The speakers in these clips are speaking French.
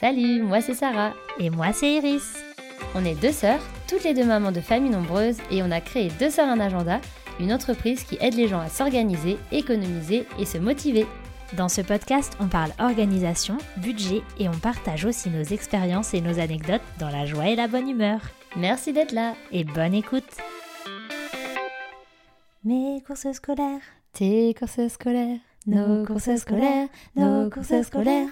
Salut, moi c'est Sarah. Et moi, c'est Iris. On est deux sœurs, toutes les deux mamans de familles nombreuses, et on a créé Deux Sœurs un Agenda, une entreprise qui aide les gens à s'organiser, économiser et se motiver. Dans ce podcast, on parle organisation, budget et on partage aussi nos expériences et nos anecdotes dans la joie et la bonne humeur. Merci d'être là. Et bonne écoute Mes courses scolaires, Tes courses scolaires, nos courses scolaires, nos courses scolaires.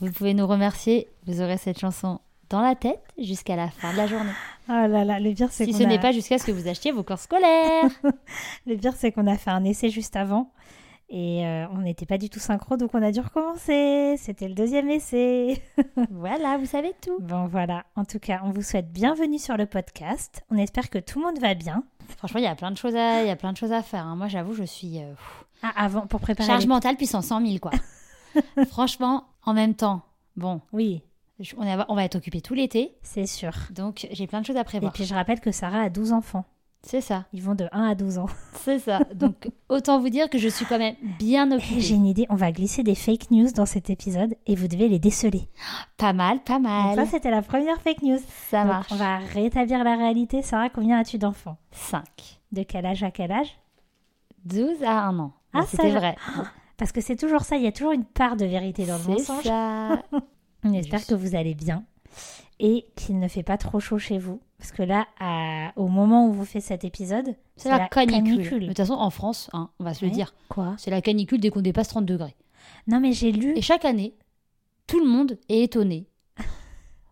Vous pouvez nous remercier, vous aurez cette chanson dans la tête jusqu'à la fin de la journée. Oh là là, le pire c'est Si qu'on ce a- n'est pas jusqu'à ce que vous achetiez vos courses scolaires. le pire c'est qu'on a fait un essai juste avant et euh, on n'était pas du tout synchro donc on a dû recommencer. C'était le deuxième essai. voilà, vous savez tout. Bon voilà, en tout cas, on vous souhaite bienvenue sur le podcast. On espère que tout le monde va bien. Franchement, il y a plein de choses à, il y a plein de choses à faire. hein. Moi, j'avoue, je suis euh, pff, Ah, avant pour préparer. charge les- mentale puissance 100 000 quoi. Franchement, en même temps, bon, Oui, je- on, a- on va être occupé tout l'été, c'est sûr. donc j'ai plein de choses à Et prévoir. puis je rappelle que Sarah a 12 enfants. C'est ça, Ils vont de 1 à 12 ans. c'est ça. Donc autant vous dire que je suis quand même bien Et J'ai occupée. une idée, on va glisser des fake news dans cet épisode et vous devez les déceler. Pas mal, pas Donc ça, mal. c'était la première fake news. Ça Donc, marche. On va rétablir la réalité. Sarah, combien as-tu d'enfants 5. De quel âge à quel âge 12 à 1 an. Ah, Mais ça, C'était je- vrai. Parce que c'est toujours ça, il y a toujours une part de vérité dans le C'est mensonge. ça. On espère Juste. que vous allez bien et qu'il ne fait pas trop chaud chez vous. Parce que là, à- au moment où vous faites cet épisode, C'est la, canicule. Mais De toute façon, en France, hein, on va se Ouais. le dire, Quoi c'est la canicule dès qu'on dépasse 30 degrés. Non, mais j'ai lu. Et chaque année, tout le monde est étonné.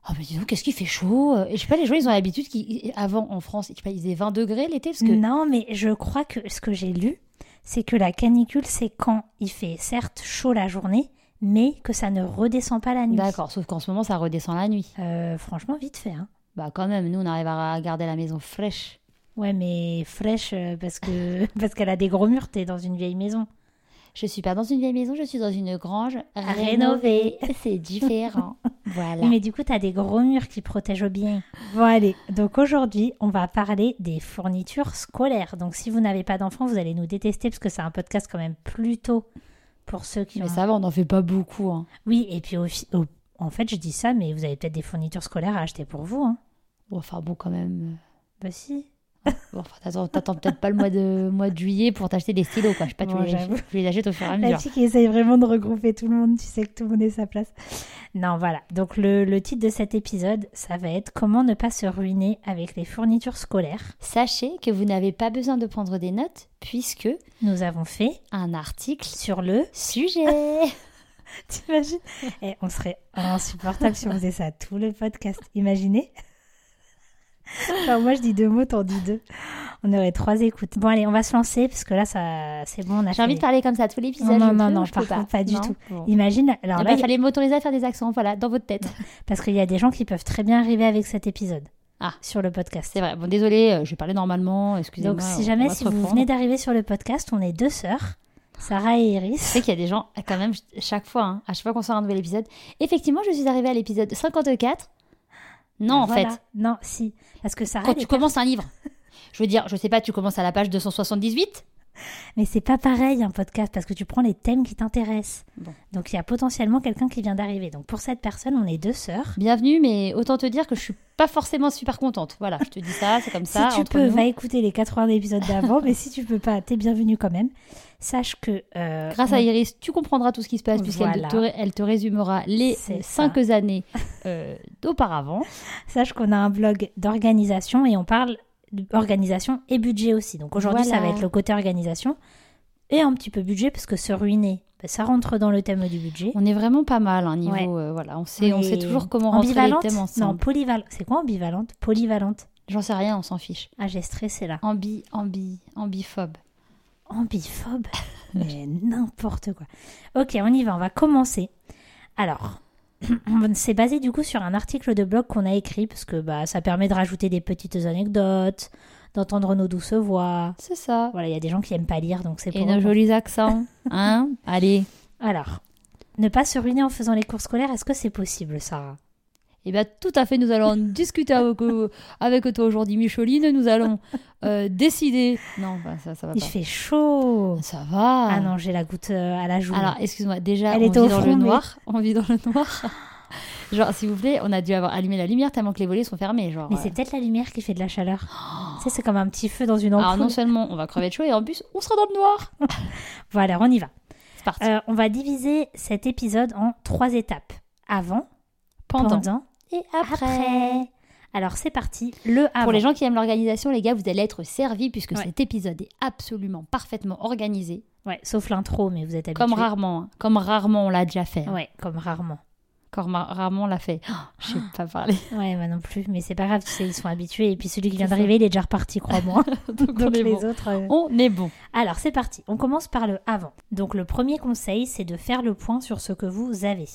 Ah mais dis donc, qu'est-ce qu'il fait chaud Et je sais pas, les gens, ils ont l'habitude qu'avant, en France, je sais pas, ils faisaient 20 degrés l'été, parce que... Non, mais je crois que ce que j'ai lu, c'est que la canicule, c'est quand il fait certes chaud la journée, mais que ça ne redescend pas la nuit. D'accord, sauf qu'en ce moment, ça redescend la nuit. Euh, franchement, vite fait. Hein. Bah quand même, nous, on arrive à garder la maison fraîche. Ouais, mais fraîche euh, parce que parce qu'elle a des gros murs. T'es dans une vieille maison. Je suis pas dans une vieille maison, je suis dans une grange rénovée. Rénovée. C'est différent. voilà. Oui, mais du coup, t'as des gros murs qui protègent bien. Bon, allez. Donc aujourd'hui, on va parler des fournitures scolaires. Donc si vous n'avez pas d'enfants, vous allez nous détester parce que c'est un podcast quand même plutôt pour ceux qui Mais ont. ça va, on n'en fait pas beaucoup. Hein. Oui, et puis au fi- au- en fait, je dis ça, mais vous avez peut-être des fournitures scolaires à acheter pour vous. Hein. Bon, enfin bon, quand même... Bah si. Bon, enfin, t'attends, t'attends peut-être pas le mois de, mois de juillet pour t'acheter des stylos, quoi. Je sais pas, tu, Bon, les, j'avoue. tu les achètes au fur et à La mesure. fille qui essaye vraiment de regrouper tout le monde, tu sais que tout le monde est sa place. Non, voilà. Donc le, le titre de cet épisode, ça va être Comment ne pas se ruiner avec les fournitures scolaires. Sachez que vous n'avez pas besoin de prendre des notes, puisque Nous avons fait un article sur le... sujet. T'imagines Eh, On serait insupportable si on faisait ça tout le podcast. Imaginez Enfin, moi, je dis deux mots, t'en dis deux. On aurait trois écoutes. Bon, allez, on va se lancer, parce que là, ça, c'est bon, on a J'ai envie fait- de parler comme ça tous les visages. Non, non, je non, peux, non, je par peux pas. contre, pas du Non. tout. Bon. Imagine, alors Eh là, ben, il- fallait m'autoriser à faire des accents, voilà, dans votre tête. parce qu'il y a des gens qui peuvent très bien arriver avec cet épisode Ah. sur le podcast. C'est vrai. Bon, désolé, euh, je vais parler normalement, excusez-moi. Donc, on- si on jamais va si se vous reprendre. venez d'arriver sur le podcast, on est deux sœurs, Sarah et Je Iris. sais qu'il y a des gens, ah, quand même, chaque fois, hein, à chaque fois qu'on sort un nouvel épisode. Effectivement, je suis arrivée à l'épisode 54. Non, Voilà. en fait, Non, si. Parce que Sarah. quand elle est tu pas- commences un livre, je veux dire, je sais pas, tu commences à la page 278 Mais c'est pas pareil un podcast parce que tu prends les thèmes qui t'intéressent. Bon. Donc il y a potentiellement quelqu'un qui vient d'arriver. Donc pour cette personne, on est deux sœurs. Bienvenue, mais autant te dire que je suis pas forcément super contente. Voilà, je te dis ça, c'est comme ça. si tu entre peux, nous. va écouter les 80 épisodes d'avant, mais si tu peux pas, t'es bienvenue quand même. Sache que. euh, Grâce on- à Iris, tu comprendras tout ce qui se passe puisqu'elle Voilà. te, ré- elle te résumera les C'est cinq années euh, d'auparavant. Sache qu'on a un blog d'organisation et on parle d'organisation et budget aussi. Donc aujourd'hui, ça Voilà. va être le côté organisation et un petit peu budget parce que se ruiner, ben, ça rentre dans le thème du budget. On est vraiment pas mal hein, niveau. Ouais. euh, voilà, on sait, on sait est toujours comment rentrer les ambivalente thèmes Non, ensemble. polyvalente. C'est quoi ambivalente Polyvalente. J'en sais rien, on s'en fiche. Ah, j'ai stressé là. Ambi, ambi, ambiphobe. Ambiphobe Mais n'importe quoi. Ok, on y va, on va commencer. Alors, c'est basé du coup sur un article de blog qu'on a écrit parce que bah, ça permet de rajouter des petites anecdotes, d'entendre nos douces voix. C'est ça. Voilà, il y a des gens qui aiment pas lire, donc c'est Et pour nos eux. jolis accents. Hein Allez. Alors, ne pas se ruiner en faisant les cours scolaires, est-ce que c'est possible, Sarah Eh bien, tout à fait, nous allons discuter avec, euh, avec toi aujourd'hui, Micheline. Nous allons euh, décider. Non, bah, ça, ça va Il pas. fait chaud. Ça va. Ah non, j'ai la goutte euh, à la joue. Alors, excuse-moi, déjà, Elle on était vit au dans front, le mais- noir. On vit dans le noir. genre, s'il vous plaît, on a dû avoir allumé la lumière tellement que les volets sont fermés. Genre, Mais euh, c'est peut-être la lumière qui fait de la chaleur. Tu sais, c'est comme un petit feu dans une Alors, ampoule. Ah, non seulement on va crever de chaud et en plus, on sera dans le noir. Voilà, on y va. C'est parti. Euh, on va diviser cet épisode en trois étapes. Avant, pendant, pendant. Et après. après. Alors c'est parti, le avant. Pour les gens qui aiment l'organisation, les gars, vous allez être servis puisque Ah Ouais. cet épisode est absolument parfaitement organisé. Ouais, sauf l'intro, mais vous êtes habitués. Comme rarement. hein. Comme rarement on l'a déjà fait. hein. Ouais, comme rarement. Comme ra- rarement on l'a fait. Oh, Je sais pas parler. Ouais, moi non plus, mais c'est pas grave, tu sais, ils sont habitués. Et puis celui qui vient C'est ça. d'arriver, il est déjà reparti, crois-moi. Donc, on Donc est les bon. autres... euh, On est bon. Alors c'est parti, on commence par le avant. Donc le premier conseil, c'est de faire le point sur ce que vous avez.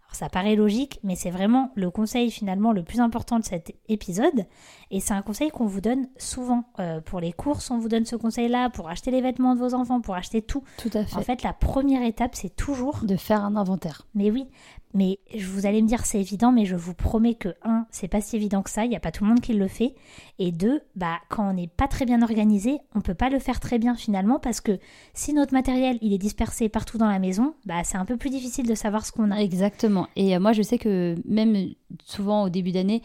Alors ça paraît logique, mais c'est vraiment le conseil finalement le plus important de cet épisode. Et c'est un conseil qu'on vous donne souvent. Euh, pour les courses, on vous donne ce conseil-là, pour acheter les vêtements de vos enfants, pour acheter tout. Tout à fait. En fait, la première étape, c'est toujours... de faire un inventaire. Mais oui, mais je vous allez me dire c'est évident, mais je vous promets que un, c'est pas si évident que ça, il n'y a pas tout le monde qui le fait. Et deux, bah quand on n'est pas très bien organisé, on peut pas le faire très bien finalement parce que si notre matériel il est dispersé partout dans la maison, bah c'est un peu plus difficile de savoir ce qu'on a. Exactement. Et euh, moi, je sais que même souvent au début d'année,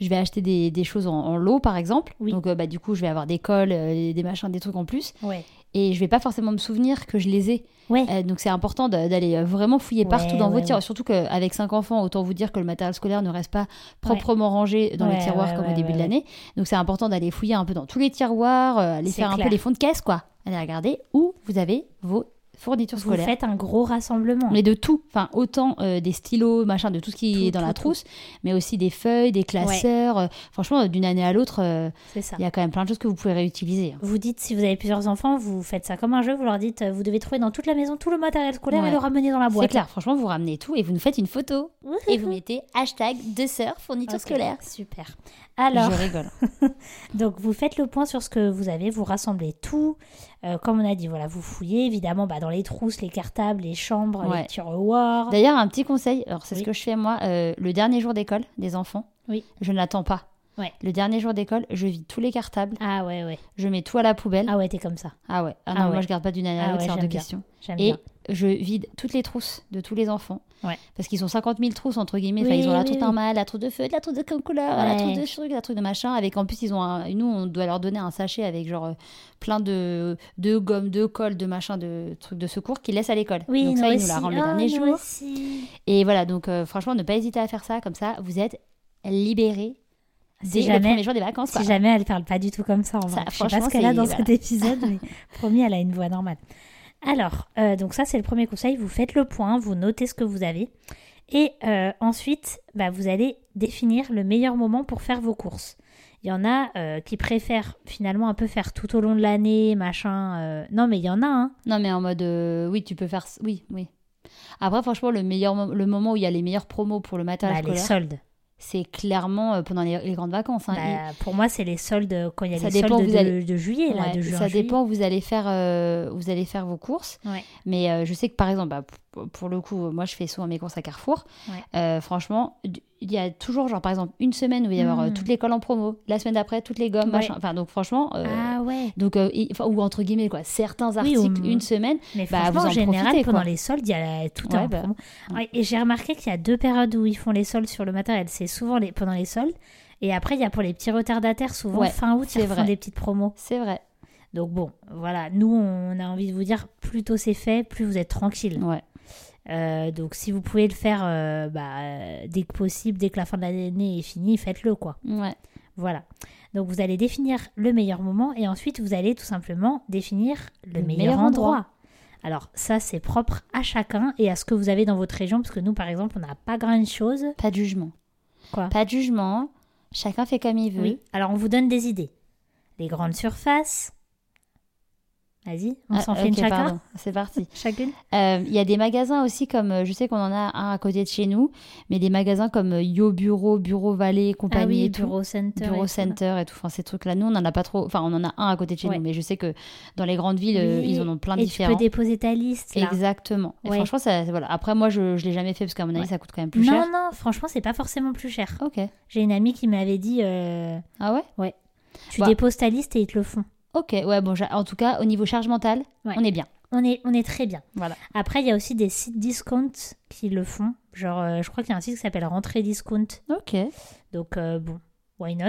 je vais acheter des, des choses en, en lot, par exemple. Oui. Donc, euh, bah, du coup, je vais avoir des cols, euh, des machins, des trucs en plus. Ouais. Et je vais pas forcément me souvenir que je les ai. Ouais. Euh, donc, c'est important de- d'aller euh, vraiment fouiller Ouais, partout dans vos ouais, tiroirs. ouais. Surtout qu'avec cinq enfants, autant vous dire que le matériel scolaire ne reste pas proprement rangé dans Ouais, les tiroirs ouais, comme ouais, au début ouais, de l'année. Donc, c'est important d'aller fouiller un peu dans tous les tiroirs, euh, aller C'est faire un clair. peu les fonds de caisse, quoi. Aller regarder où vous avez vos fournitures Vous scolaires. faites un gros rassemblement. Mais de tout, enfin autant euh, des stylos, machin, de tout ce qui Tout, est dans tout, la tout. trousse, mais aussi des feuilles, des classeurs. euh, franchement, euh, d'une année à l'autre, euh, C'est ça. il y a quand même plein de choses que vous pouvez réutiliser. hein. Vous dites si vous avez plusieurs enfants, vous faites ça comme un jeu, vous leur dites euh, vous devez trouver dans toute la maison tout le matériel scolaire et Ouais. le ramener dans la C'est boîte. clair, franchement, vous ramenez tout et vous nous faites une photo. Et vous mettez hashtag deux sœurs fourniture Ok, scolaire. Super. Alors, Je rigole. Donc vous faites le point sur ce que vous avez, vous rassemblez tout, Euh, comme on a dit, voilà, vous fouillez évidemment bah, dans les trousses, les cartables, les chambres, les Ouais. tiroirs. D'ailleurs, un petit conseil, alors c'est Oui. ce que je fais moi, euh, le dernier jour d'école des enfants, Oui. je n'attends pas. Ouais. Le dernier jour d'école, je vide tous les cartables, Ah ouais ouais. je mets tout à la poubelle. Ah, Ah ouais, t'es comme ça. ouais, ah Ah non, moi ouais. je garde pas d'une année à Ah l'autre, ouais, c'est hors de j'aime bien. question. J'aime Et bien. je vide toutes les trousses de tous les enfants. Ouais. Parce qu'ils ont 50 000 trousses, entre guillemets. Oui, Enfin, ils ont la oui, trousse oui. normale, la trousse de feu, la trousse de couleur, la Ouais. trousse de truc, la trousse de machin. Avec, en plus, ils ont un- nous, on doit leur donner un sachet avec genre euh, plein de, de gommes, de colle, de machin, de trucs de secours qu'ils laissent à l'école. Oui, donc nous ça, ils aussi. nous la rendent Ah, le dernier nous jour. aussi. Et voilà, donc euh, franchement, ne pas hésiter à faire ça. Comme ça, vous êtes libérés Si dès le jamais- premier jour des vacances. quoi. Si jamais elle parle pas du tout comme ça, en vrai. Bah. Ça, Je sais pas franchement, ce qu'elle a c'est- dans voilà. cet épisode, mais promis, elle a une voix normale. Alors, euh, donc ça c'est le premier conseil. Vous faites le point, vous notez ce que vous avez, et euh, ensuite, bah, vous allez définir le meilleur moment pour faire vos courses. Il y en a euh, qui préfèrent finalement un peu faire tout au long de l'année, machin. euh, Non, mais il y en a. Hein. Non, mais en mode, euh, oui, tu peux faire. s- Oui, oui. Après, franchement, le, meilleur mo- le moment où il y a les meilleures promos pour le Bah, matériel les scolaire, soldes. c'est clairement euh, pendant les, les grandes vacances. hein. Bah, Pour moi, c'est les soldes euh, quand il y a Ça les dépend, soldes vous de, allez- de juillet, Il- là, ouais, de juin. ça juillet. dépend où vous allez faire, euh, vous allez faire vos courses. Ouais. Mais euh, je sais que, par exemple, bah, p- pour le coup, moi, je fais souvent mes courses à Carrefour. Ouais. Euh, franchement, du- il y a toujours, genre, par exemple, une semaine où il va y avoir euh, Mhm. toutes les colles en promo, la semaine d'après, toutes les gommes, Ouais. machin. Enfin, donc, franchement. euh, Ah ouais. Donc, euh, il- enfin, ou entre guillemets, quoi, certains Oui, au- articles, une semaine. Mais Bah, franchement, vous en en général, profitez, pendant quoi. les soldes, il y a tout Ouais, un bah. promo. Ouais, et j'ai remarqué qu'il y a deux périodes où ils font les soldes sur le matériel. C'est souvent les, pendant les soldes. Et après, il y a pour les petits retardataires, souvent Ouais, fin août, ils c'est font vrai. des petites promos. C'est vrai. Donc bon, voilà, nous, on a envie de vous dire, plus tôt c'est fait, plus vous êtes tranquille. Ouais. Euh, donc si vous pouvez le faire euh, bah, euh, dès que possible, dès que la fin de l'année est finie, faites-le, quoi. Ouais. Voilà. Donc vous allez définir le meilleur moment et ensuite vous allez tout simplement définir le, Le meilleur, meilleur endroit. endroit. Alors ça c'est propre à chacun et à ce que vous avez dans votre région parce que nous par exemple on n'a pas grand chose. Pas de jugement. Quoi Pas de jugement. Chacun fait comme il veut. Alors on vous donne des idées. Les grandes surfaces, Vas-y, on Ah, s'en fait ok, une chacun. pardon. C'est parti. Chacune Euh, Il y a des magasins aussi, comme euh, je sais qu'on en a un à côté de chez nous, mais des magasins comme euh, Yo Bureau, Bureau Vallée et compagnie Ah oui, et tout. Bureau Center. et Bureau tout. Center et tout. Enfin, ces trucs-là, nous, on en a pas trop. Enfin, on en a un à côté de chez Ouais. nous, mais je sais que dans les grandes villes, euh, Oui, ils en ont plein Et tu différents. peux déposer ta liste. Là. Exactement. Et Ouais. franchement, ça, voilà. Après, moi, je, je l'ai jamais fait parce qu'à mon avis, Ouais. ça coûte quand même plus Non, cher. non, franchement, c'est pas forcément plus cher. Ok. J'ai une amie qui m'avait dit euh, Ah ouais. tu Bah. déposes ta liste et ils te le font. Ok. Ouais. Bon, j'a- en tout cas, au niveau charge mentale, Ouais. on est bien. On est, on est très bien. Voilà. Après, il y a aussi des sites discount qui le font. Genre, euh, je crois qu'il y a un site qui s'appelle Rentrée Discount. Ok. Donc, euh, bon, why not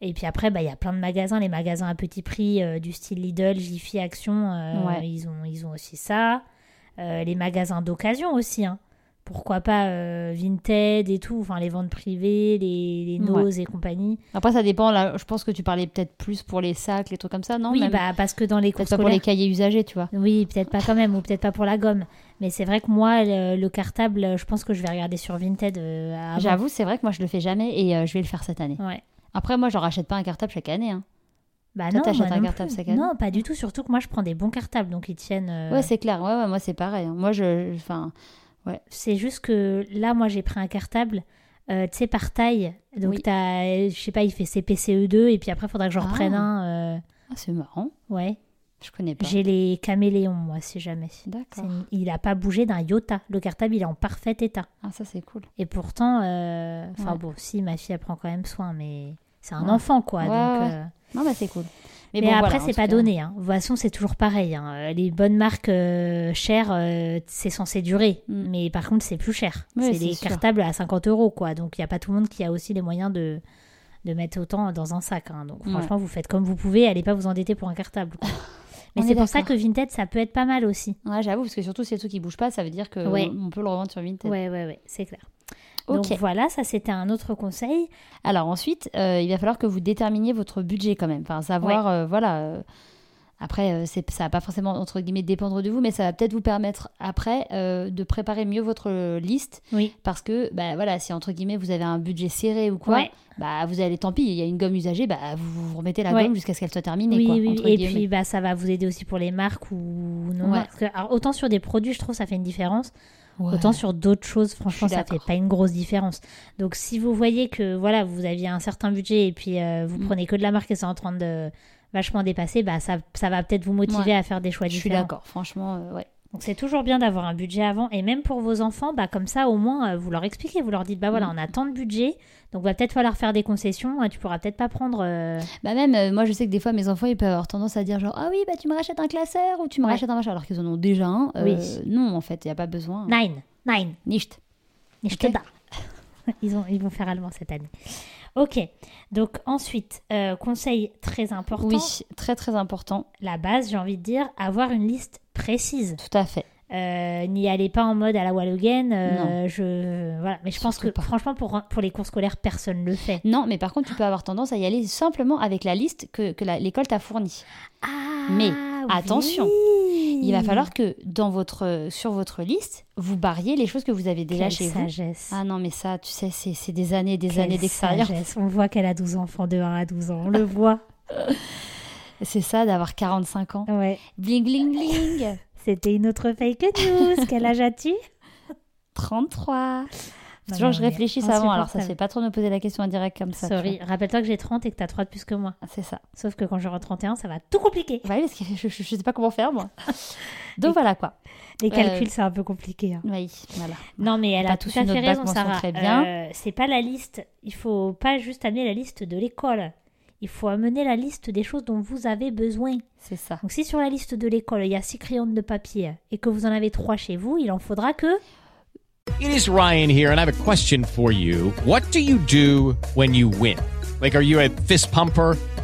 Et puis après, bah, il y a plein de magasins, les magasins à petit prix euh, du style Lidl, Jiffy, Action, euh, Ouais. ils, ont, ils ont aussi ça. Euh, les magasins d'occasion aussi. hein. Pourquoi pas euh, Vinted et tout, enfin les ventes privées, les, les Ouais. Noz et compagnie. Après, ça dépend. Là, je pense que tu parlais peut-être plus pour les sacs, les trucs comme ça, non oui, Même- bah, parce que dans les cours Peut-être pas pour les cahiers usagés, tu vois. Oui, peut-être pas quand même, ou peut-être pas pour la gomme. Mais c'est vrai que moi, le, le cartable, euh, je pense que je vais regarder sur Vinted euh, avant. J'avoue, c'est vrai que moi, je le fais jamais et euh, je vais le faire cette année. Ouais. Après, moi, je rachète pas un cartable chaque année. hein. Bah Toi, non, t'achètes moi un non cartable plus. sac à dos Non, pas du tout. Surtout que moi, je prends des bons cartables, donc ils tiennent. euh, Ouais, c'est clair. Ouais, ouais, moi, c'est pareil. hein. Moi, je. je- Enfin. c'est juste que là, moi, j'ai pris un cartable, euh, tu sais, par taille. Donc, Oui. t'as, euh, je sais pas, il fait CPCE2, E et puis après, il faudra que j'en Ah. reprenne un. euh, ah, c'est marrant. ouais. Je connais pas. J'ai les caméléons, moi, si jamais. C'est D'accord. une- Il a pas bougé d'un iota. Le cartable, il est en parfait état. Ah, ça, c'est cool. Et pourtant, euh, enfin Ouais. bon, si, ma fille, elle prend quand même soin, mais c'est un Ouais. enfant, quoi. Ouais, donc, ouais. euh, Non, bah, c'est cool. Mais, bon, après, voilà, en c'est tout pas cas. donné. hein. De toute façon, c'est toujours pareil. hein. Euh, Les bonnes marques euh, chères, euh, c'est censé durer. Mm. Mais par contre, c'est plus cher. Oui, c'est c'est des sûr. cartables à 50 euros, quoi. Donc, il n'y a pas tout le monde qui a aussi les moyens de, de mettre autant dans un sac. hein. Donc, Ouais. franchement, vous faites comme vous pouvez. Allez pas vous endetter pour un cartable. quoi. mais On c'est est pour ça que d'accord. Vinted, ça peut être pas mal aussi. Ouais, j'avoue, parce que surtout, si le truc qui bouge pas, ça veut dire que Ouais. on on peut le revendre sur Vinted. Ouais, ouais, ouais, c'est clair. Ok. Donc, voilà, ça, c'était un autre conseil. Alors ensuite, euh, il va falloir que vous déterminiez votre budget quand même. Enfin, savoir, euh, voilà. euh, après, euh, c'est- ça va pas forcément, entre guillemets, dépendre de vous, mais ça va peut-être vous permettre après euh, de préparer mieux votre euh, liste. Oui. Parce que, bah voilà, si entre guillemets, vous avez un budget serré ou quoi, Ouais. bah vous allez, tant pis, il y a une gomme usagée, bah vous, vous remettez la Ouais. gomme jusqu'à ce qu'elle soit terminée, Oui, quoi, oui, entre et guillemets. puis bah, ça va vous aider aussi pour les marques ou non. Ouais. Parce que, alors, autant sur des produits, je trouve ça fait une différence. Ouais. Autant sur d'autres choses, franchement, suis ça fait d'accord. pas une grosse différence. Donc si vous voyez que voilà, vous aviez un certain budget et puis euh, vous Mm. prenez que de la marque et c'est en train de vachement dépasser, bah ça, ça va peut-être vous motiver Ouais. à faire des choix Je suis différents. d'accord, franchement, euh, ouais. Donc c'est toujours bien d'avoir un budget avant et même pour vos enfants, bah comme ça au moins euh, vous leur expliquez, vous leur dites bah voilà, Mm. on a tant de budget, donc va peut-être falloir faire des concessions, hein, tu pourras peut-être pas prendre euh, Bah même, euh, moi je sais que des fois mes enfants ils peuvent avoir tendance à dire genre ah oui bah tu me rachètes un classeur ou tu me Ouais. rachètes un machin alors qu'ils en ont déjà un. Euh, Oui. Non en fait, il n'y a pas besoin. hein. nine, nine. Nicht. Ich Ok. te da. Ils, ont, ils vont faire allemand cette année. Ok, donc ensuite, euh, conseil très important, Oui, très très important, la base, j'ai envie de dire, avoir une liste précise. tout à fait. Euh, N'y allez pas en mode à la Wallogen. euh, je voilà, mais je pense que Surtout pas. franchement pour pour les cours scolaires, personne le fait. Non, mais par contre, tu peux avoir tendance à y aller simplement avec la liste que, que la- l'école t'a fournie. Ah, Mais, attention, Il va falloir que dans votre, euh, sur votre liste, vous barriez les choses que vous avez déjà Quelle chez vous. sagesse. Ah non, mais ça, tu sais, c'est c'est des années, des Quelle années d'expérience. sagesse. On voit qu'elle a 12 enfants de 1 à 12 ans, on le voit. C'est ça d'avoir 45 ans. Ouais. Bling, bling, bling. C'était une autre fake news. Quel âge as-tu 33. Non, Toujours non, que je mais réfléchisse avant, alors ça se insupportable. fait pas trop de me poser la question en direct comme ça. tu Sorry, rappelle-toi que j'ai 30 et que t'as 3 de plus que moi. vois. C'est ça. Sauf que quand j'aurai 31, ça va tout compliquer. Bah oui, parce que je, je- je sais pas comment faire, moi. Donc voilà quoi. Les Euh, calculs, c'est un peu compliqué. hein. Oui, voilà. Non, mais elle Pas a tout tous à une fait autre bac, raison, mention Sarah. très bien. Euh, c'est pas la liste. Il faut pas juste amener la liste de l'école. Il faut amener la liste des choses dont vous avez besoin. C'est ça. Donc si sur la liste de l'école, il y a 6 crayons de papier et que vous en avez 3 chez vous, il en faudra que... It is Ryan here, and I have a question for you. What do you do when you win? Like, are you a fist pumper?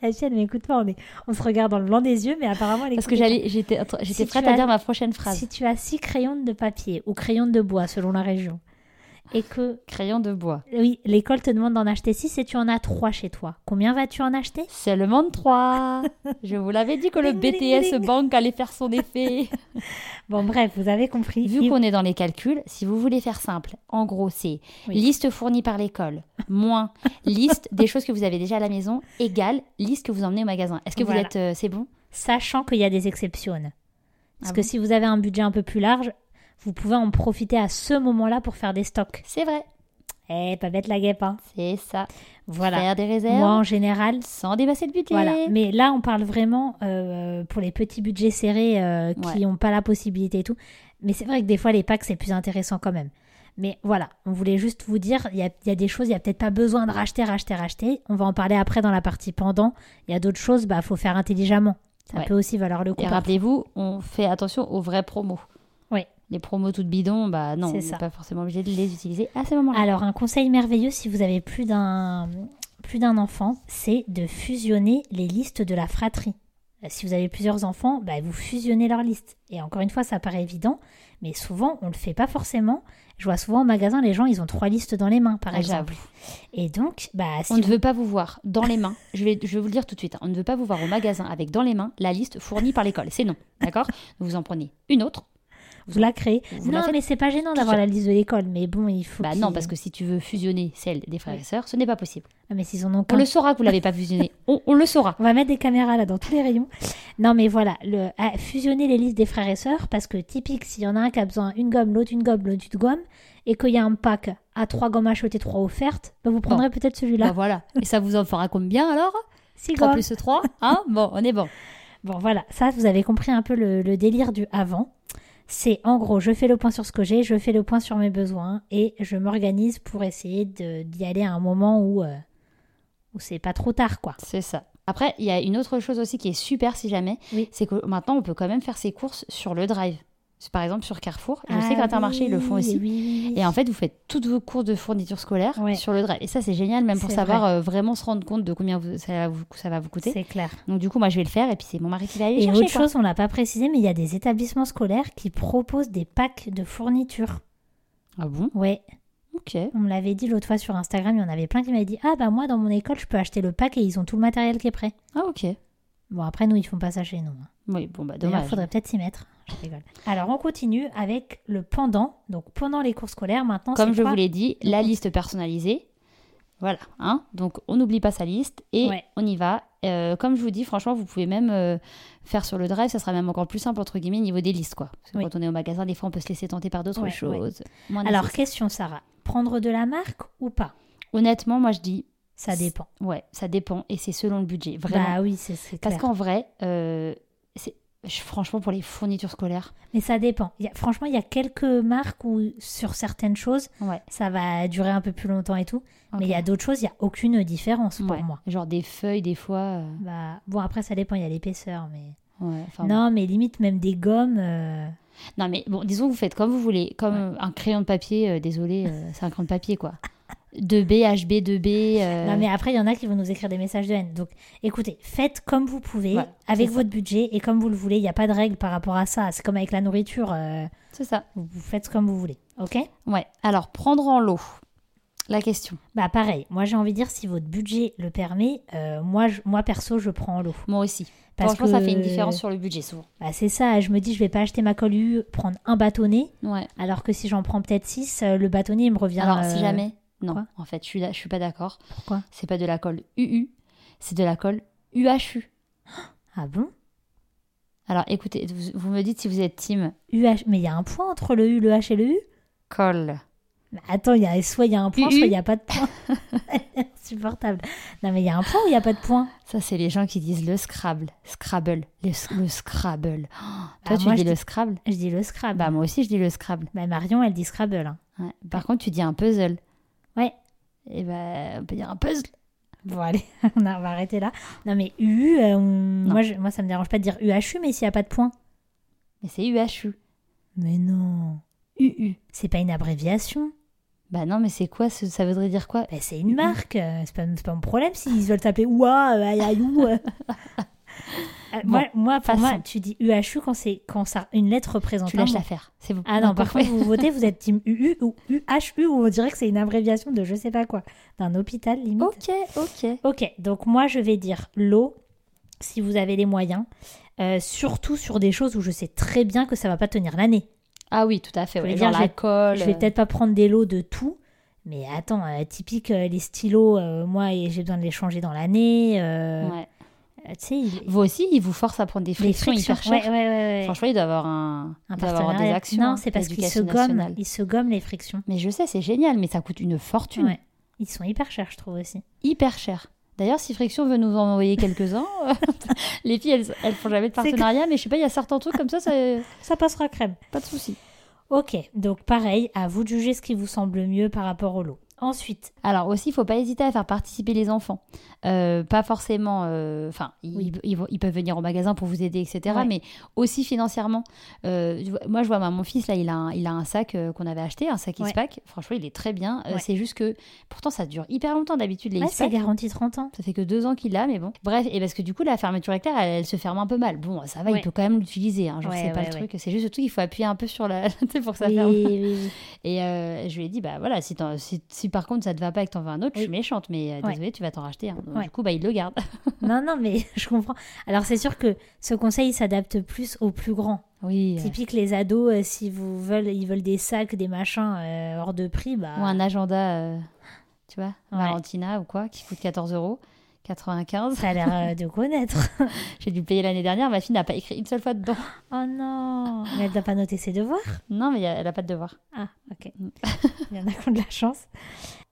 La chienne m'écoute pas, on, est... on se regarde dans le blanc des yeux, mais apparemment elle Parce que écoute pas. j'allais, j'étais, attends, j'étais Si tu prête à as- dire ma prochaine phrase. Si tu as six crayons de papier ou crayons de bois selon la région, et que Crayon de bois. oui, l'école te demande d'en acheter six et tu en as trois chez toi, combien vas-tu en acheter Seulement trois. Je vous l'avais dit que le Ding, ding, BTS ding. banque allait faire son effet. Bon bref, vous avez compris. Vu Il- qu'on est dans les calculs, si vous voulez faire simple, en gros, c'est Oui. liste fournie par l'école, moins liste des choses que vous avez déjà à la maison, égale liste que vous emmenez au magasin. Est-ce que Voilà. Ah vous êtes... euh, c'est bon sachant qu'il y a des exceptions. Parce Ah que bon si vous avez un budget un peu plus large, vous pouvez en profiter à ce moment-là pour faire des stocks. C'est vrai. Eh, pas bête la guêpe, hein. C'est ça. Voilà. Faire des réserves Moi, en général, sans dépasser le budget. voilà. Mais là, on parle vraiment euh, pour les petits budgets serrés euh, qui Ouais. n'ont pas la possibilité et tout. Mais c'est vrai que des fois, les packs, c'est plus intéressant quand même. Mais voilà, on voulait juste vous dire, il y a, il y a des choses, il n'y a peut-être pas besoin de racheter, racheter, racheter. On va en parler après dans la partie pendant. Il y a d'autres choses, bah, faut faire intelligemment. Ça Ouais. peut aussi valoir le coup. Et parfois. rappelez-vous, on fait attention aux vraies promos. Oui. Les promos toutes bidons, bah non, C'est on ça. n'est pas forcément obligé de les utiliser à ce moment-là. Alors un conseil merveilleux si vous avez plus d'un plus d'un enfant, c'est de fusionner les listes de la fratrie. Euh, Si vous avez plusieurs enfants, bah, vous fusionnez leurs listes. Et encore une fois, ça paraît évident, mais souvent on le fait pas forcément. Je vois souvent au magasin les gens, ils ont trois listes dans les mains, par Ah, exemple. Et donc, bah si On ne vous- veut pas vous voir dans les mains. Je vais, je vais vous le dire tout de suite. hein. On ne veut pas vous voir au magasin avec dans les mains la liste fournie par l'école. C'est non, d'accord Vous en prenez une autre. vous la créez. vous la non, faites mais c'est pas gênant toute d'avoir seule. la liste de l'école, mais bon, il faut. Bah qu'il- non, parce que si tu veux fusionner celle des frères et sœurs, ce n'est pas possible. Ah, mais s'ils en ont On qu'un. le saura que vous l'avez pas fusionné. On, on le saura. On va mettre des caméras là dans tous les rayons. Non mais voilà, le, à fusionner les listes des frères et sœurs parce que typique, s'il y en a un qui a besoin une gomme, l'autre une gomme, l'autre une gomme, et qu'il y a un pack à trois gommes achetées, trois offertes, bah, vous prendrez peut-être celui-là. Bah voilà. Et ça vous en fera combien alors Six 3 gommes. plus 3 Hein Bon, on est bon. Bon voilà, ça vous avez compris un peu le, le délire du avant. C'est en gros, je fais le point sur ce que j'ai, je fais le point sur mes besoins et je m'organise pour essayer de- d'y aller à un moment où, euh, où c'est pas trop tard quoi. C'est ça. Après, il y a une autre chose aussi qui est super si jamais, Oui. c'est que maintenant on peut quand même faire ses courses sur le drive. C'est Par exemple sur Carrefour, je sais Ah qu'Intermarché ils le font oui, aussi. oui, oui. Et en fait, vous faites toutes vos courses de fourniture scolaire Ouais. sur le drive. Et ça, c'est génial, même pour C'est savoir euh, vraiment se rendre compte de combien vous- ça, va vous, ça va vous coûter. c'est clair. Donc du coup, moi, je vais le faire et puis c'est mon mari qui va aller le Et chercher. autre quoi. chose, on l'a pas précisé, mais il y a des établissements scolaires qui proposent des packs de fournitures. Ah bon Ouais, Ok. on me l'avait dit l'autre fois sur Instagram, il y en avait plein qui m'avaient dit Ah bah moi dans mon école je peux acheter le pack et ils ont tout le matériel qui est prêt. Ah ok. Bon après nous ils font pas ça chez nous. hein. Oui, bon, bah D'ailleurs dommage. faudrait peut-être s'y mettre. Je rigole. Alors on continue avec le pendant, donc pendant les cours scolaires maintenant. Comme c'est je quoi vous l'ai dit, la liste personnalisée. Voilà, hein. Donc on n'oublie pas sa liste et Ouais. on y va. Euh, comme je vous dis, franchement, vous pouvez même euh, faire sur le drive, ça sera même encore plus simple entre guillemets niveau des listes, quoi. Parce que Oui. quand on est au magasin, des fois, on peut se laisser tenter par d'autres Ouais, ouais. choses. moins Alors nécessaires. question Sarah, prendre de la marque ou pas honnêtement, moi je dis, Ça dépend. ouais, ça dépend et c'est selon le budget, vraiment. Bah oui c'est c'est Parce clair. qu'en vrai, euh, c'est- je- franchement, pour les fournitures scolaires, Mais ça dépend. Il y a- franchement il y a quelques marques où sur certaines choses ouais. ça va durer un peu plus longtemps et tout. Mais il y a Ok. d'autres choses, il n'y a aucune différence pour Ouais. moi. Genre des feuilles, des fois. euh, Bah, bon, après, ça dépend, il y a l'épaisseur, mais... ouais, enfin, bon. non, mais limite, même des gommes... euh, Non, mais bon, disons que vous faites comme vous voulez. Comme euh, un crayon de papier, euh, désolé, euh, c'est un crayon de papier, quoi. 2B, HB, 2B. euh, Non, mais après, il y en a qui vont nous écrire des messages de haine. Donc, écoutez, faites comme vous pouvez, Voilà, avec c'est votre budget et comme vous le voulez. Il n'y a pas de règle par rapport à ça. C'est comme avec la nourriture, euh, C'est ça. vous, vous faites comme vous voulez, ok Ouais. Alors, prendre en lot. La question. Bah, pareil, moi, j'ai envie de dire, si votre budget le permet, euh, moi, je- moi, perso, je prends l'eau. Moi aussi. Parce Franchement, ça que- fait une différence sur le budget, souvent. Bah, c'est ça, je me dis, je vais pas acheter ma colue, prendre un bâtonnet, Ouais. alors que si j'en prends peut-être 6, le bâtonnet, il me revient... Alors, si euh, jamais. Non, quoi en fait, je suis, là, je suis pas d'accord. Pourquoi C'est pas de la colle UU, c'est de la colle UHU. Ah bon Alors, écoutez, vous, vous me dites si vous êtes team UH, mais il y a un point entre le U, le H et le U colle. Mais Attends, il y a, soit il y a un point, soit UU. il n'y a pas de point. Insupportable. Non, mais il y a un point ou il n'y a pas de point Ça, c'est les gens qui disent le Scrabble. Scrabble. Le, sc- le Scrabble. Oh, toi, Bah, tu moi, dis je le dis- Scrabble Je dis le Scrabble. Bah, moi aussi, je dis le Scrabble. Bah, Marion, elle dit Scrabble. hein. Ouais. Par contre, tu dis un puzzle. Ouais. Et ben, on peut dire un puzzle. Bon, allez, on a- on va arrêter là. Non, mais U, euh, on- moi, je- moi, ça me dérange pas de dire UHU, mais s'il n'y a pas de point. Mais c'est UHU. Mais non. UU. C'est pas une abréviation. Bah non, mais c'est quoi ce- Ça voudrait dire quoi Bah, c'est une marque, euh, c'est pas, c'est pas mon problème s'ils veulent t'appeler Oua, euh, Ayayou. euh. Euh, Bon, moi, moi, pour moi, passons. tu dis UHU quand, c'est- quand ça, une lettre représente Tu un lâches mot. l'affaire. C'est bon. Ah non, par parfait. contre, vous votez, vous êtes team UU ou UHU, ou on dirait que c'est une abréviation de je sais pas quoi, d'un hôpital limite. Ok, ok. Ok, donc moi je vais dire l'eau, si vous avez les moyens, euh, surtout sur des choses où je sais très bien que ça va pas tenir l'année. Ah oui, tout à fait. Faut ouais. les Genre dire, je vais- l'alcool. Je vais euh, peut-être pas prendre des lots de tout, mais attends, euh, typique euh, les stylos, euh, moi et j'ai besoin de les changer dans l'année. euh, ouais. euh, Tu sais, il- Vous aussi, ils vous forcent à prendre des les frictions, frictions. hyper chères. Ouais, ouais, ouais, ouais. Franchement, il doit avoir un, Un il doit avoir des partenariat. actions. Non, hein, c'est parce qu'ils se l'éducation gomment, nationale. ils se gomment les frictions. Mais je sais, c'est génial, mais ça coûte une fortune. Ouais. Ils sont hyper chers, je trouve aussi. Hyper cher. D'ailleurs, si Friction veut nous en envoyer quelques-uns, euh, les filles, elles, elles font jamais de partenariat, mais je sais pas, il y a certains trucs comme ça, ça Ça passera crème. pas de souci. Ok, donc pareil, à vous de juger ce qui vous semble mieux par rapport au lot. Ensuite, Alors aussi, il faut pas hésiter à faire participer les enfants. Euh, pas forcément, euh, enfin, ils- Oui. ils, vont- ils peuvent venir au magasin pour vous aider, etc. Ouais. Mais aussi financièrement. Euh, je vois- moi, je vois ma- mon fils là, il a un, il a un sac euh, qu'on avait acheté, un sac Ouais. X-Pack. Franchement, il est très bien. Euh, Ouais. C'est juste que, pourtant, ça dure hyper longtemps d'habitude les ouais, c'est X-Pack. garanti 30 ans. Ça fait que deux ans qu'il l'a, mais bon. Bref, et parce que du coup, la fermeture éclair, elle, elle se ferme un peu mal. Bon, ça va, Ouais. il peut quand même l'utiliser. Hein, genre, Ouais, c'est pas ouais, le ouais. truc. C'est juste le truc, il faut appuyer un peu sur la. tu sais, pour que ça Oui, ferme. oui, oui. Et euh, je lui ai dit, bah voilà, si, t'en- si, si par contre ça te va pas et que t'en veux un autre, je suis méchante, mais euh, Ouais. désolée, tu vas t'en racheter. un. Donc, Ouais. Du coup, bah il le garde. non, non, mais je comprends. Alors, c'est sûr que ce conseil il s'adapte plus aux plus grands. oui. euh, Typique, les ados, euh, si vous veulent, ils veulent des sacs, des machins euh, hors de prix, bah. Ou un agenda, euh, tu vois, Ouais. Valentina ou quoi, qui coûte 14 euros. 95, Ça a l'air euh, de connaître. j'ai dû le payer l'année dernière, ma fille n'a pas écrit une seule fois dedans. Oh non Mais elle doit pas noter ses devoirs Non, mais y a- elle a pas de devoir. Ah, ok. Mm. Il y en a qui ont de la chance.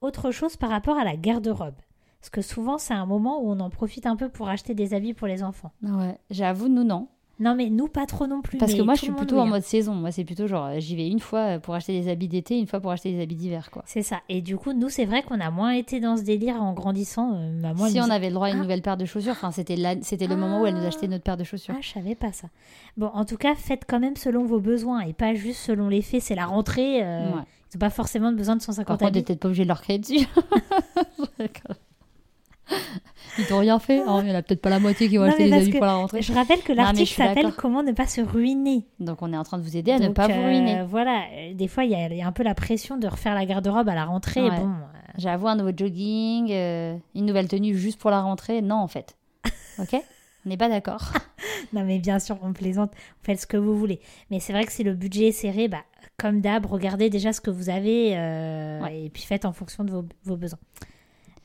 Autre chose par rapport à la garde-robe. Parce que souvent, c'est un moment où on en profite un peu pour acheter des habits pour les enfants. Ouais, j'avoue, nous non. Non, mais nous, pas trop non plus. Parce mais que moi, tout je suis le monde, plutôt oui, en hein. mode saison. Moi, c'est plutôt genre, euh, j'y vais une fois euh, pour acheter des habits d'été, une fois pour acheter des habits d'hiver, quoi. C'est ça. Et du coup, nous, c'est vrai qu'on a moins été dans ce délire en grandissant. Euh, maman, elle si nous on a- avait le droit à une Ah. nouvelle paire de chaussures, enfin, c'était la- c'était le moment où elle nous achetait notre paire de chaussures. Ah, je savais pas ça. Bon, en tout cas, faites quand même selon vos besoins et pas juste selon les faits. C'est la rentrée. euh, Ouais. Ils n'ont pas forcément besoin de Par 150 contre, t'es habits. peut-être pas obligé de leur créer dessus. Ils t'ont rien fait. Oh, il y en a peut-être pas la moitié qui vont Non, acheter mais des parce habits que pour la rentrée. Je rappelle que Non, mais l'article je suis s'appelle d'accord. Comment ne pas se ruiner. Donc, on est en train de vous aider à ne Donc, pas vous euh, ruiner. Voilà, Euh, des fois, il y, a- il y a un peu la pression de refaire la garde-robe à la rentrée. Ouais. Bon, euh, J'avoue, un nouveau jogging, euh, une nouvelle tenue juste pour la rentrée. Non, en fait. Ok On n'est pas d'accord. non, mais bien sûr, on plaisante. Vous faites ce que vous voulez. Mais c'est vrai que si le budget est serré, bah, comme d'hab, regardez déjà ce que vous avez euh, Ouais. et puis faites en fonction de vos, vos besoins.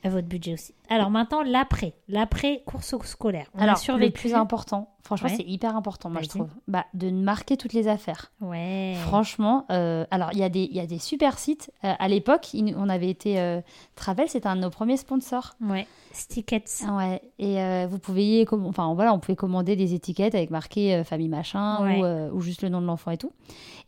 À votre budget aussi. Alors maintenant, l'après. L'après course scolaire. On a Alors, le survécu. plus important, franchement, Ouais. c'est hyper important, moi, je Vas-y. trouve, bah, de marquer toutes les affaires. Ouais. Franchement, euh, alors, il y, a des- il y a des super sites. Euh, à l'époque, il- on avait été. euh, Travel, c'était un de nos premiers sponsors. Ouais. Stickets. Ouais, et euh, vous pouviez, com- enfin voilà, on pouvait commander des étiquettes avec marqué euh, famille machin Ouais. ou, euh, ou juste le nom de l'enfant et tout.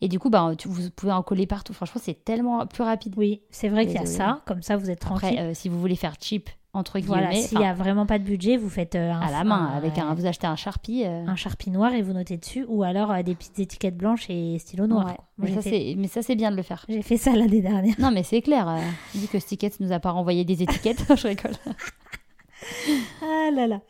Et du coup, bah, tu- vous pouvez en coller partout. Franchement, c'est tellement plus rapide. Oui, c'est vrai qu'il y a Désolée. ça. Comme ça, vous êtes Après, tranquille. euh, si vous voulez faire cheap, entre voilà, guillemets, s'il y a vraiment pas de budget, vous faites euh, un, enfin, à la main, un- avec un, vous achetez un Sharpie. euh, un Sharpie noir et vous notez dessus, ou alors euh, des petites étiquettes blanches et stylo noir. ouais. quoi. mais, Moi, ça, j'ai, fait, c'est- mais ça, c'est bien de le faire. j'ai fait ça l'année dernière. Non, mais c'est clair. euh, vu que Stickets nous a pas renvoyé des étiquettes, je rigole. Ah là là.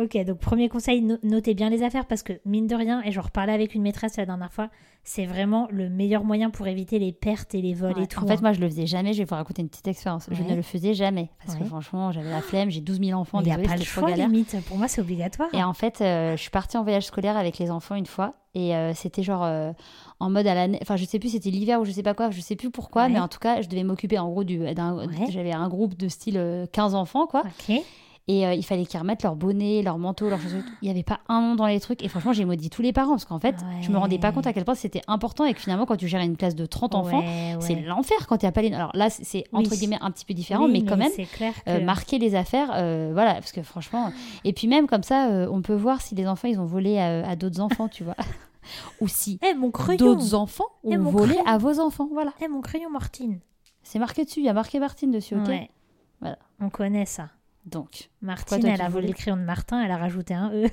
Ok, donc premier conseil, no- notez bien les affaires parce que mine de rien, et j'en reparlais avec une maîtresse la dernière fois, c'est vraiment le meilleur moyen pour éviter les pertes et les vols et Ouais. tout. en fait, hein. moi, je le faisais jamais. Je vais vous raconter une petite expérience. Je ne Ouais. le faisais jamais. Parce que Ouais. franchement, j'avais la flemme. J'ai 12 000 enfants. il n'y a désolée, pas le c'était trop choix galère. limite. Pour moi, c'est obligatoire. Et en fait, euh, je suis partie en voyage scolaire avec les enfants une fois. Et euh, c'était genre euh, en mode à l'année. Enfin, je sais plus, c'était l'hiver ou je sais pas quoi. Je sais plus pourquoi. Ouais. Mais en tout cas, je devais m'occuper en gros du. d'un- Ouais. J'avais un groupe de style euh, 15 enfants, quoi. Ok. Et euh, il fallait qu'ils remettent leur bonnet, leur manteau, leurs chaussures. et tout. Il n'y avait pas un nom dans les trucs. Et franchement, j'ai maudit tous les parents. Parce qu'en fait, je me rendais pas compte à quel point c'était important. Et que finalement, quand tu gères une classe de 30 enfants, Ouais, c'est ouais. l'enfer quand tu n'as pas les. Alors là, c'est- c'est entre Oui. guillemets un petit peu différent. Oui, mais quand même. C'est clair que... Euh, marquer les affaires, euh, voilà, parce que franchement, et puis même comme ça, euh, on peut voir si les enfants ils ont volé à, à d'autres enfants, tu vois, ou si Eh, mon crayon d'autres enfants ont Eh, mon volé crayon. à vos enfants, voilà. Eh, mon crayon Martine C'est marqué dessus, il y a marqué Martine dessus, ok. Ouais. Voilà. On connaît ça. Donc, Martine, toi, elle tu a volé voulais le crayon de Martin, elle a rajouté un E.